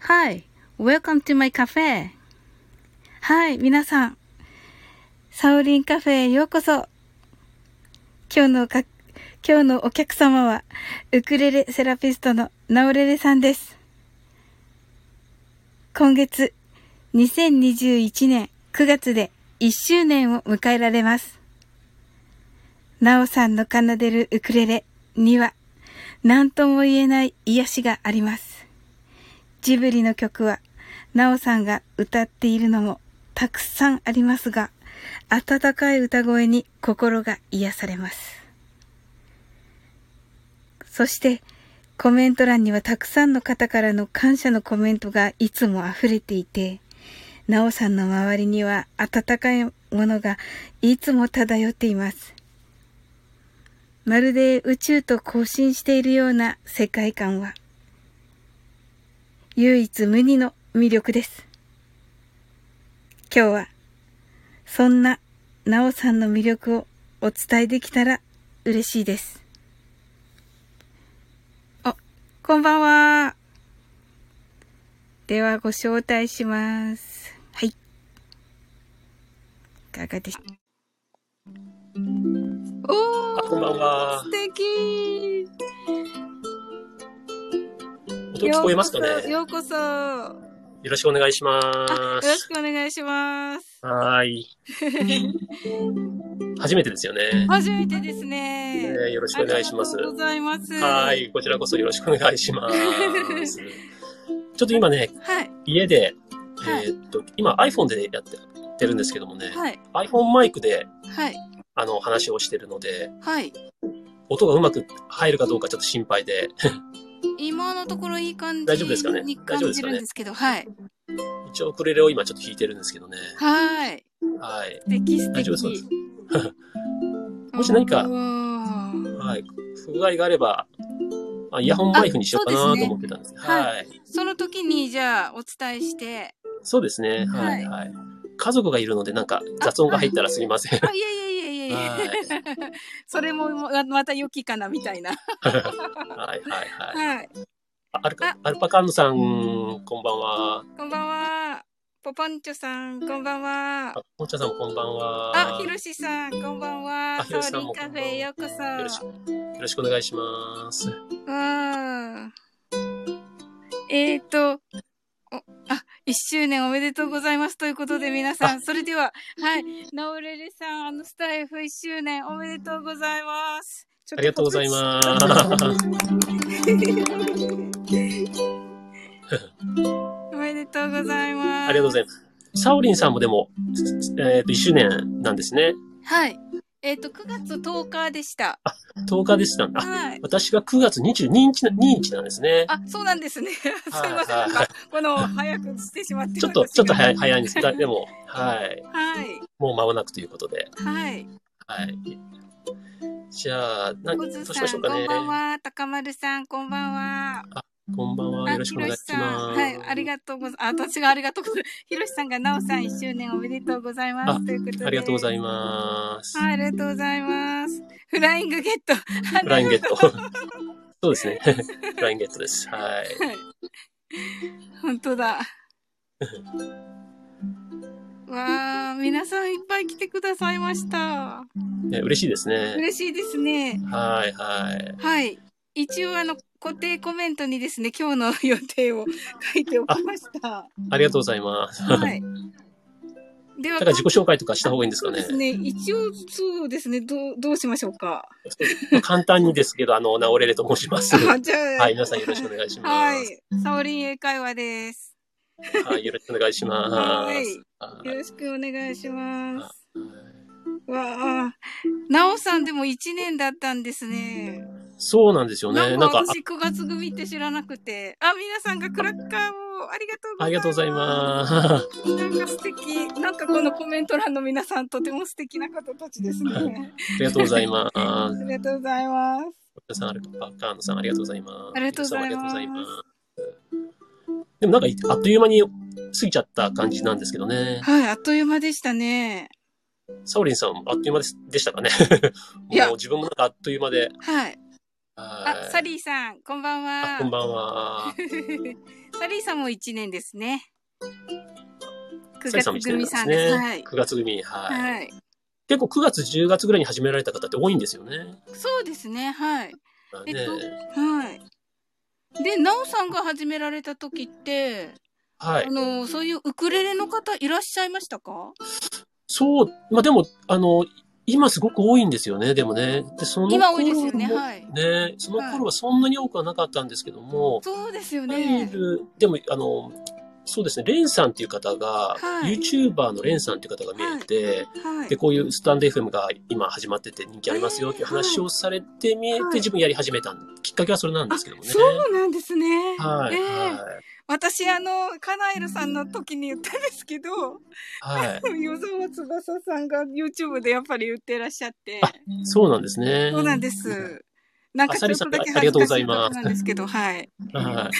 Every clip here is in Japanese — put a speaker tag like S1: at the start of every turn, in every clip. S1: Hi, welcome to my cafe. はい、皆さん。サオリンカフェへようこそ。今日のおか、今日のお客様は、ウクレレセラピストのナオレレさんです。今月、2021年9月で1周年を迎えられます。ナオさんの奏でるウクレレには、何とも言えない癒しがあります。ジブリの曲は、ナオさんが歌っているのもたくさんありますが、温かい歌声に心が癒されます。そして、コメント欄にはたくさんの方からの感謝のコメントがいつも溢れていて、ナオさんの周りには温かいものがいつも漂っています。まるで宇宙と交信しているような世界観は、唯一無二の魅力です。今日は、そんな、なおさんの魅力をお伝えできたら嬉しいです。あ、こんばんは。では、ご招待します。はい。いかがでし
S2: あ、こんばん
S1: おー、
S2: は。
S1: 素敵
S2: 音聞
S1: よ
S2: こ
S1: う
S2: えま
S1: こ
S2: す
S1: そ
S2: か、ね
S1: ようこそ。あ、
S2: よろしくお願いしま
S1: よろし
S2: す。
S1: くお願いします。
S2: はーい。初めてですよね。
S1: 初めてですね。
S2: ねよろし
S1: あ
S2: くお
S1: り
S2: 願いし
S1: が
S2: ま
S1: と
S2: す。
S1: うございます。
S2: は
S1: は
S2: ー
S1: い。
S2: い。こちらこそよろしくお願いします。ちょっと今ね、
S1: はい。
S2: 家で、
S1: はい
S2: えーっと、今 iPhone でやってやってるんですけどもね、
S1: はい。
S2: iPhone マイクで、
S1: はい。
S2: あの、話をしてるので、
S1: はい。
S2: 音がうまく入るかどうかちょっと心配で、
S1: 今のところいい感
S2: 大
S1: じ
S2: 丈夫ですかね
S1: に
S2: 大丈
S1: 感
S2: 夫です
S1: じ
S2: か
S1: るん
S2: ね
S1: ですけど、はい。
S2: 一応ウクレレを今ちょっと弾いてるんですけどね。
S1: はい。
S2: はい。
S1: 素敵素
S2: 大丈夫そう です
S1: 敵。。
S2: もし何か
S1: おー
S2: はい。不具合があれば、あイヤホンマイクにしようか
S1: あそう
S2: な
S1: です
S2: と
S1: ね
S2: 思ってたんです。
S1: はい
S2: はい。
S1: その時にじゃあお伝えして、
S2: そうですね。はい。
S1: は
S2: はい。家族がいるので、なんか雑音が入ったらすみません。
S1: あ、いえいえいえいえいえ。
S2: はい。
S1: それももうまた良きかなみたいな。
S2: はいはいはい。
S1: はい。
S2: あアルカ
S1: あ
S2: アルパカンさん、こんばんは。
S1: こんばんは。ポポンチョさん、こんばんは
S2: あ。、もっちゃんさんもこんばん
S1: あ、
S2: は。
S1: ひ
S2: よ
S1: ろしさん、こんばんは。
S2: あひ
S1: サ
S2: ろ
S1: オ
S2: しさん
S1: リン
S2: も
S1: カフ
S2: こんばん
S1: ェ
S2: は
S1: へようこそ。
S2: ろしく、よろしくお願いします。
S1: わーえっ、ー、と、おあ、一周年おめでとうございますということで皆さん、それでは、はい、ナオレレさん、あのスタイフ一周年おめでとうございます。ちょ
S2: ありがとうござい
S1: す。
S2: ます。
S1: おめでとうございます。
S2: ありがとうございます。サオリンさんもでも、えっ、と、1周年なんですね。
S1: はい。えっ、ー、と、9月10日でした。
S2: 10日でしたんだ。あ
S1: はい。
S2: 私が9月22日な ,2 日なんですね。
S1: あ、そうなんですね。 すいません、
S2: はい
S1: なんか、この、早くしてしまって
S2: ちょっと、ちょっと
S1: い。
S2: 早い早いんですけど、でも、はい。
S1: はい。
S2: もう間もなくということで。
S1: はい。
S2: はい。じゃあ、な
S1: 小津
S2: どうしまし
S1: さ、
S2: ょうんか
S1: こん
S2: ね。
S1: ばんは。高丸さん、こんばんは。
S2: こんばんは。よろしくお願いし
S1: さ
S2: ま
S1: ん、
S2: す。
S1: はい、ありがとうございます。私がありがとうございます。ひろしさんがなおさん一周年おめでとうございます。
S2: あ
S1: ということで。
S2: ありがとうござ
S1: い
S2: います。
S1: はい、ありがとうございます。フライングゲット。あ
S2: フライン
S1: り
S2: ゲ
S1: が
S2: ッ
S1: と
S2: ト。 そうですね。フラインゲットです。はい。
S1: うはい本当 だ。わあ、皆さんいっぱい来てくださいました。
S2: ね、嬉しいですね。
S1: 嬉しいですね。
S2: はい、はい。
S1: はい。一応あの固定コメントにですね、今日の予定を書いておきました。
S2: ありがとうございます。
S1: はい。では
S2: だから自己紹介とかした方がいいんですか
S1: そう
S2: ね
S1: です。ね。一応、そうですね。どう、どうしましょうか。
S2: 簡単にですけど、あの、ナオレレと申します。
S1: あ、 じゃあ、
S2: はい、皆さんよろしくお願いし
S1: は
S2: ます。
S1: い。サオリン英会話です。
S2: はい、よろしくお願いしま
S1: はい。
S2: す。はい
S1: よろしくお願いします。
S2: はい
S1: わあ、なおさんでも1年だったんですね。
S2: そうなんですよ
S1: な
S2: ね。
S1: ん
S2: な
S1: か
S2: んか、
S1: 私9月組って知らなくて。あ、皆さんがクラッカーをありがとうございます。
S2: あありがとうございます。
S1: す。なんか素敵。なんかこのコメント欄の皆さんとても素敵な方たちですね。
S2: ありがとうございます。
S1: ありがとうございます。
S2: 皆さん、アルパカーノさん、ありがとうございます。
S1: ありがとうございます
S2: 皆さんもありがとうございます。でもなんか、あっという間に過ぎちゃった感じなんですけどね。
S1: はい、あっという間でしたね。
S2: サオリンさん、あっという間ですでしたかね。
S1: いや
S2: もう自分もなんかあっという間で。
S1: はい。あ、
S2: はい
S1: サリーさん、こんばん
S2: あ
S1: は。
S2: こんばんは。
S1: ササリーさんも1年ですね。9
S2: サリさんも
S1: 月
S2: 一年
S1: 組
S2: な
S1: さ
S2: ん
S1: ん
S2: で
S1: ですす。
S2: ね。
S1: はい。
S2: 9月組、はい。
S1: はい。
S2: 結構9月、10月ぐらいに始められた方って多いんですよね。
S1: そうですね。はい。えっと
S2: ね
S1: はい。で、なおさんが始められた時って、
S2: は
S1: あ
S2: い。
S1: の、そういうウクレレの方いらっしゃいましたか
S2: そう、まあでも、あの、今すごく多いんですよね、でもね。でその
S1: 今多いですよね。
S2: 頃も
S1: はい。
S2: ね、その頃はそんなに多くはなかったんですけども、
S1: そうですよ
S2: 入
S1: ね。
S2: るでも、あの、そうですね、レンさんっていう方が、
S1: はい
S2: YouTuber のレンさんっていう方が見えて、
S1: はい
S2: で、。こういうスタンド FM が今始まってて人気ありますよっていう話をされて見えて
S1: はい
S2: 自分やり始めたんきっかけはそれなんですけどもね。
S1: そうなんですね。
S2: はい、
S1: ええ
S2: は
S1: 私、あの、カナエルさんの時に言ったんですけど、
S2: い、 はい。
S1: 与沢翼さんが YouTube でやっぱり言ってらっしゃって、
S2: あそうなんですね。
S1: そうなんです。なんかちょっとだけ恥ずかしいことなんですけど、はい。
S2: はい。あ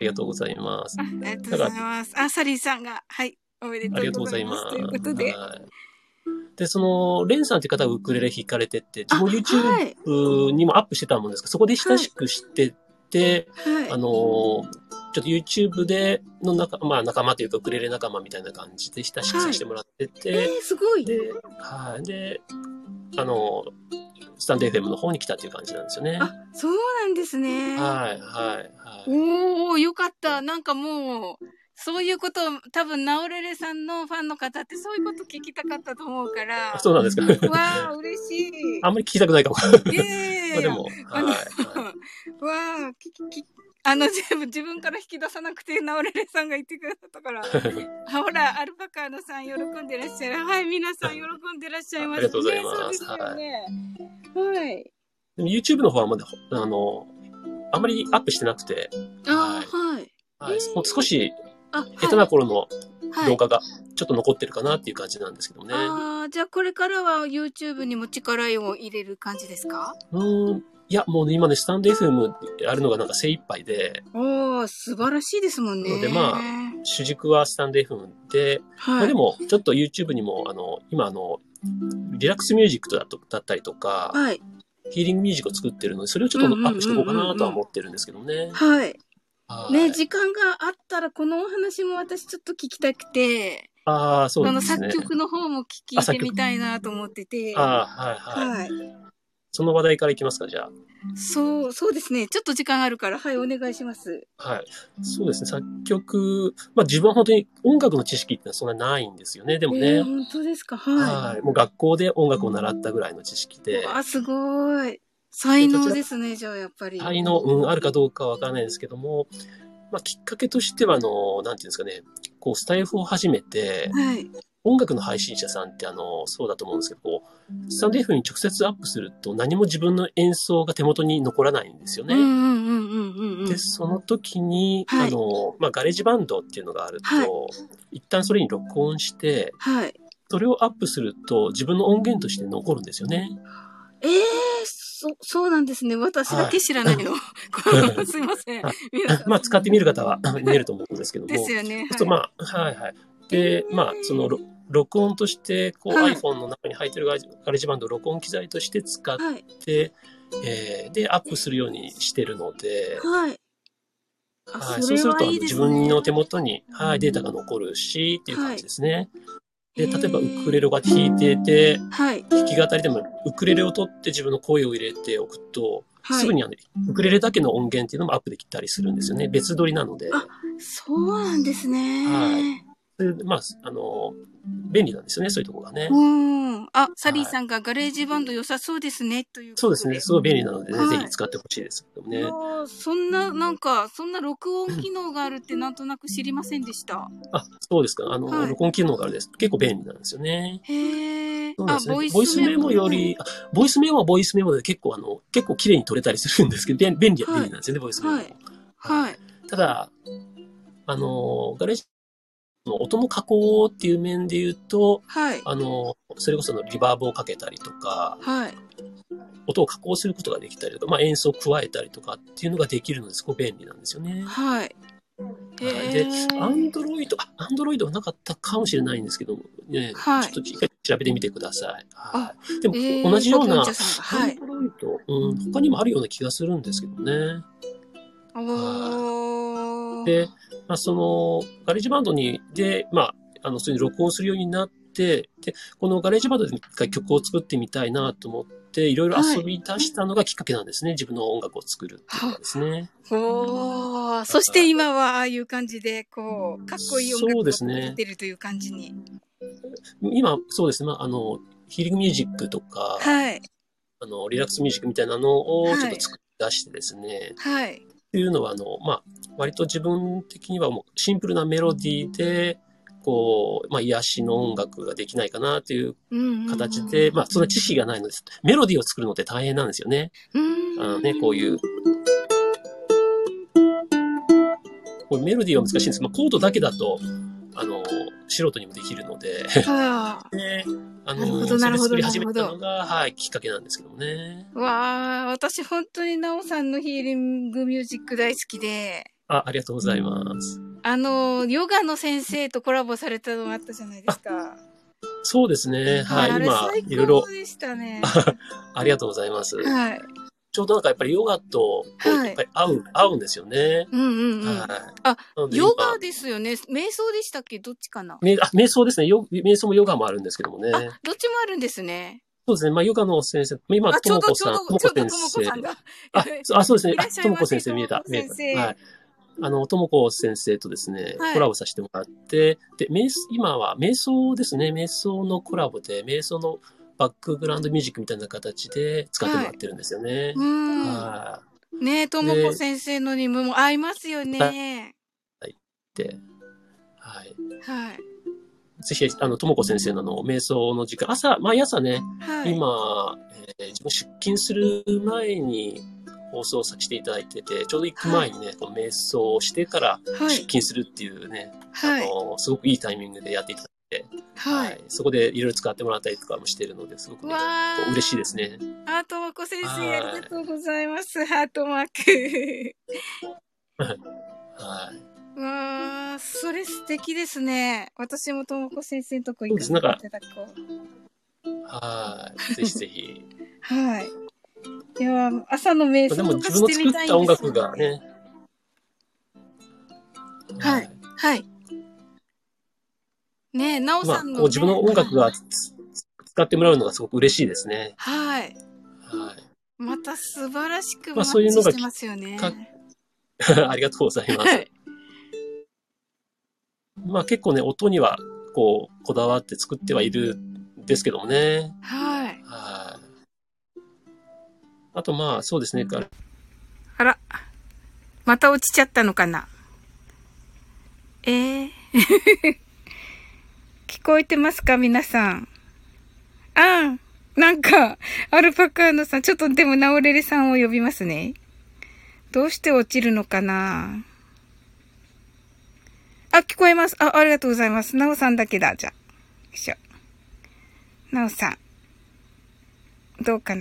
S2: りがとうございます。
S1: あ
S2: あ
S1: りがとうございます。あ、サリーさんが、はい、おめでと
S2: り
S1: う
S2: がと
S1: ご
S2: うご
S1: ざ
S2: ざ
S1: い
S2: い
S1: ま。
S2: ますす。
S1: ということで、
S2: はいで、その、レンさんって方がウクレレ弾かれてて、
S1: あ
S2: 自分も YouTube にもアップしてたもんですが、そこで親しく知ってて、あ
S1: は
S2: のー、ちょっと YouTube での仲、まあ仲間というか、ウクレレ仲間みたいな感じで親しくさせてもらって
S1: い。
S2: て、
S1: えー、すごい。
S2: で、はい。で、あの、スタンデー FM の方に来たっていう感じなんですよね。はい、
S1: あ、そうなんですね。
S2: はい、はい。
S1: おー、よかった。なんかもう、そういうこと、多分、ナオレレさんのファンの方ってそういうこと聞きたかったと思うから
S2: あ、そうなんですか。
S1: わあ、嬉しい。
S2: あんまり聞きたくないかも。
S1: いやいやいや
S2: まあでも、
S1: あ
S2: はい。
S1: の
S2: はい
S1: わあ、きき、あの、全部自分から引き出さなくて、ナオレレさんが言ってくださった から。あほら、アルパカーノさん喜んでらっしゃる。はい、皆さん喜んでらっしゃいます。
S2: ありがとうございます
S1: ね、そうですよね。はい。
S2: でも YouTube の方はまだ、あの、あんまりアップしてなくて、
S1: ああ、はい。
S2: は
S1: え
S2: い
S1: ー、
S2: もう少し
S1: あ、
S2: 下手な頃の
S1: はい
S2: 動画がちょっと残ってるかなっていう感じなんですけどもね。
S1: ああ、じゃあこれからは YouTube にも力を入れる感じですか
S2: うーん。いや、もうね、今ね、スタンデー FM やるのがなんか精一杯で、
S1: おお素晴らしいですもんね。
S2: のでま主軸はスタンデー FM で、ま
S1: は
S2: あ、
S1: い。
S2: でも、ちょっと YouTube にも、あの、今、あの、リラックスミュージックだとだったりとか、
S1: はい。
S2: ヒーリングミュージックを作ってるので、それをちょっとアップしていこうかなとは思ってるんですけどね。
S1: はい。
S2: はい
S1: ね、時間があったらこのお話も私ちょっと聞きたくて、
S2: ああ、そ
S1: こ
S2: う
S1: の
S2: ですね
S1: 作。曲の方も聞いてみたいなと思ってて。
S2: ああ、はいはい。
S1: はい。
S2: その話題からいきますか、じゃ
S1: そう、そうですね。ちょっと時間あるから、はい、お願いします。
S2: あ。はい。そうですね、作曲、まあ自分は本当に音楽の知識ってのはそんなにないんですよね、でもね。
S1: えー本当ですかは
S2: はい。もう学校で音楽を習ったぐらいの知識
S1: い。
S2: で、
S1: あ、すごい。才能ですね、じゃあ、やっぱり。
S2: 才能、うん、あるかどうかはわからないですけども、まあきっかけとしては、あの、なんていうんですかね、こう、スタイフを始めて、
S1: はい。
S2: 音楽の配信者さんってあの、そうだと思うんですけど、こう、スタンド F に直接アップすると何も自分の演奏が手元に残らないんですよ
S1: うんう
S2: ね。
S1: んうんうんうんうん。
S2: で、その時に、
S1: はい
S2: あの、まあ、ガレージバンドっていうのがあると、
S1: はい
S2: 一旦それに録音して、
S1: はい。
S2: それをアップすると自分の音源として残るんですよね。
S1: ええー、そ、そうなんですね。私だけ知らない の。すいません
S2: はい。
S1: 皆さん
S2: まあ、使ってみる方は 見えると思うんですけども。
S1: ですよね。
S2: ちょっと
S1: はい
S2: まあ、はいはい。で、まあ、その、ろ録音として、こう、
S1: はい
S2: iPhone の中に入ってるガレガレージバンドを録音機材として使っ
S1: はい。
S2: で、えーで、アップするようにしてるので、
S1: はい。
S2: は
S1: あ、
S2: い、
S1: そ
S2: そう
S1: れ
S2: すると
S1: は
S2: あの
S1: いいで
S2: 自
S1: すね。
S2: 分の手元に、はい、データが残るし、っていう感じですね。
S1: はい
S2: で、例えば
S1: へ
S2: ウ
S1: ー
S2: クレレが弾いてて、
S1: はい。
S2: 弾き語りでもウクレレを取って自分の声を入れておくと、
S1: はい。
S2: すぐにあのウクレレだけの音源っていうのもアップできたりするんですよね。別撮りなので。
S1: あそうなんですね。
S2: はそれでまあ、あの、便利なんですよね、そういうところがね。
S1: うん。あ、サリーさんがガレージバンド良さそうですね、ということ
S2: そうですね、。すごい便利なのでね、
S1: はい
S2: ぜひ使ってほしいですけどもね。
S1: あーそんな、なんか、そんな録音機能があるってなんとなく知りませんでした。
S2: あ、そうですか。あの、
S1: はい
S2: 録音機能があるです。結構便利なんですよね。
S1: へえ。
S2: そうなん
S1: あ
S2: です、ね。ボイスメモよ。り、あボイスメモはボイスメモで結構あの、結構綺麗に取れたりするんですけど、便便利は便利なんですよね、ボイスメモも。
S1: はいはい。
S2: ただ、あの、ガレージの音の加工っていう面で言うと、
S1: はい。
S2: あの、それこそあのリバーブをかけたりとか、
S1: はい。
S2: 音を加工することができたりとか、まあ演奏を加えたりとかっていうのができるのですごく便利なんですよね。
S1: はい。へ
S2: はいで
S1: え。
S2: アンドロイド、あアンドロイドはなかったかもしれないんですけども、ね、
S1: はい
S2: ちょっと一回調べてみてください。
S1: あ
S2: はい、でも、
S1: えー
S2: 同じような、
S1: ご存知さんがはい
S2: アンドロイド、うん、他にもあるような気がするんですけどね。
S1: おー。おー
S2: で、まあ、その、ガレージバンドに、で、まあ、あの、それに録音するようになって、で、このガレージバンドで一回曲を作ってみたいなと思って、いろいろ遊び出したのがきっかけなんですね。自分の音楽を作るっていうのがですね。
S1: おーそして今はああいう感じで、こう、かっこいい音楽
S2: そう
S1: を
S2: ですね
S1: 作ってるという感じに。
S2: 今、そうですね。まあ、あの、ヒーリングミュージックとか、
S1: はい。
S2: あの、リラックスミュージックみたいなのをちょっ
S1: はい
S2: と作り出してですね。
S1: はい。
S2: っていうのは、あの、まあ、割と自分的にはもうシンプルなメロディーで、こう、まあ、癒しの音楽ができないかなという
S1: うんうんうん
S2: 形で、まあ、そんな知識がないのです。メロディーを作るのって大変なんですよね。
S1: うん
S2: あのね、こ ういう。これメロディーは難しいんですけど、まあ、コードだけだと、あの、素人にもできるので、
S1: は
S2: で あ
S1: なるほ
S2: の、
S1: ど
S2: そ
S1: な
S2: れ
S1: るほ
S2: 作
S1: ど
S2: り始めたのが、はい、きっかけなんですけどもね。
S1: あ、わあ、私本当になおさんのヒーリングミュージック大好きで、
S2: あ、ありがとうございます。
S1: あの、ヨガの先生とコラボされたのがあったじゃないですか。
S2: そうですね。はい、
S1: あれ
S2: 今、
S1: 最
S2: いろいろ
S1: 高、でしたね。
S2: ありがとうございます。
S1: はい。
S2: ちょうどなんかやっぱりヨガと、こう
S1: はい
S2: やっぱり合う、合うんですよね。
S1: うんうんうん。
S2: はい。
S1: あ
S2: なので今、
S1: ヨガですよね。瞑想でしたっけどっちかな
S2: めあ瞑想ですね。ヨ瞑想もヨガもあるんですけどもね。
S1: あ、どっちもあるんですね。
S2: そうですね。まあ、ヨガの先生、今、
S1: あ、ち
S2: と
S1: ょう
S2: も
S1: ど、
S2: こ
S1: ちょ
S2: さ、
S1: うんど、
S2: とも
S1: ちょう
S2: こ
S1: ど
S2: 先
S1: ともこさん
S2: 生。
S1: が。
S2: あ、そあそうですね。
S1: いらっしゃ
S2: あ、
S1: い
S2: と
S1: ま
S2: も
S1: せ
S2: こ先生見えた。
S1: 智子先生
S2: 見えたはい。あの、ともこ先生とですね、
S1: はい
S2: コラボさせてもらって、で、瞑想今は瞑想ですね。瞑想のコラボで、瞑想のバックグラウンドミュージックみたいな形で使ってもらってるんですよね。
S1: う
S2: はい。
S1: ん。ねえ、ともこ先生のにも合いますよね。
S2: で、はい。
S1: はい。
S2: ぜひ、あの、ともこ先生のあの瞑想の時間、朝、毎朝ね、
S1: はい。
S2: 今、えー自分出勤する前に放送させていただいてて、ちょうど行く前にね、この瞑想をしてから
S1: は
S2: 出
S1: い。
S2: 勤するっていうね、
S1: はい
S2: あ。のすごくいいタイミングでやっていただいて、
S1: は。
S2: はいいそこでいろいろ使ってもらったりとかもしてるので、すごく、ね、
S1: わ
S2: こ
S1: ー
S2: う嬉しいですね。
S1: あ、ともこ先生、
S2: はい
S1: ありがとうございます。ハートマーク。
S2: はい。
S1: わー、それ素敵ですね。私もともこ先生のとこ行かせていただこう。
S2: はい。ぜひ ぜひ。
S1: はい。では、朝の瞑
S2: まあで
S1: 想
S2: も
S1: とか
S2: 自
S1: し
S2: 分の
S1: てみた
S2: 作
S1: いんです
S2: っ
S1: よ
S2: た音楽が。ね。
S1: はい。はい。ねえ、なお
S2: ま
S1: さ
S2: あ、
S1: ん
S2: こ
S1: の、ね
S2: う自分の音楽がつ使ってもらうのがすごく嬉しいですね。
S1: はい。
S2: はい。
S1: また素晴らしく
S2: ま
S1: マッ
S2: あ
S1: チ
S2: そういうのが
S1: してますよね。
S2: きっかありがとうござい ます。
S1: はい
S2: まあ結構ね、音にはこう、こだわって作ってはいるんですけどもね。
S1: はい。
S2: はい。あとまあそうですね、ガレ
S1: あら。また落ちちゃったのかなえー、 聞こえてますか皆さん。ああ、なんか、アルパカーノさん、ちょっとでもナオレレさんを呼びますね。どうして落ちるのかなあ、聞こえます。あ、ありがとうございます。ナオさんだけだ、じゃあ。よいしょ。ナオさん。どうかな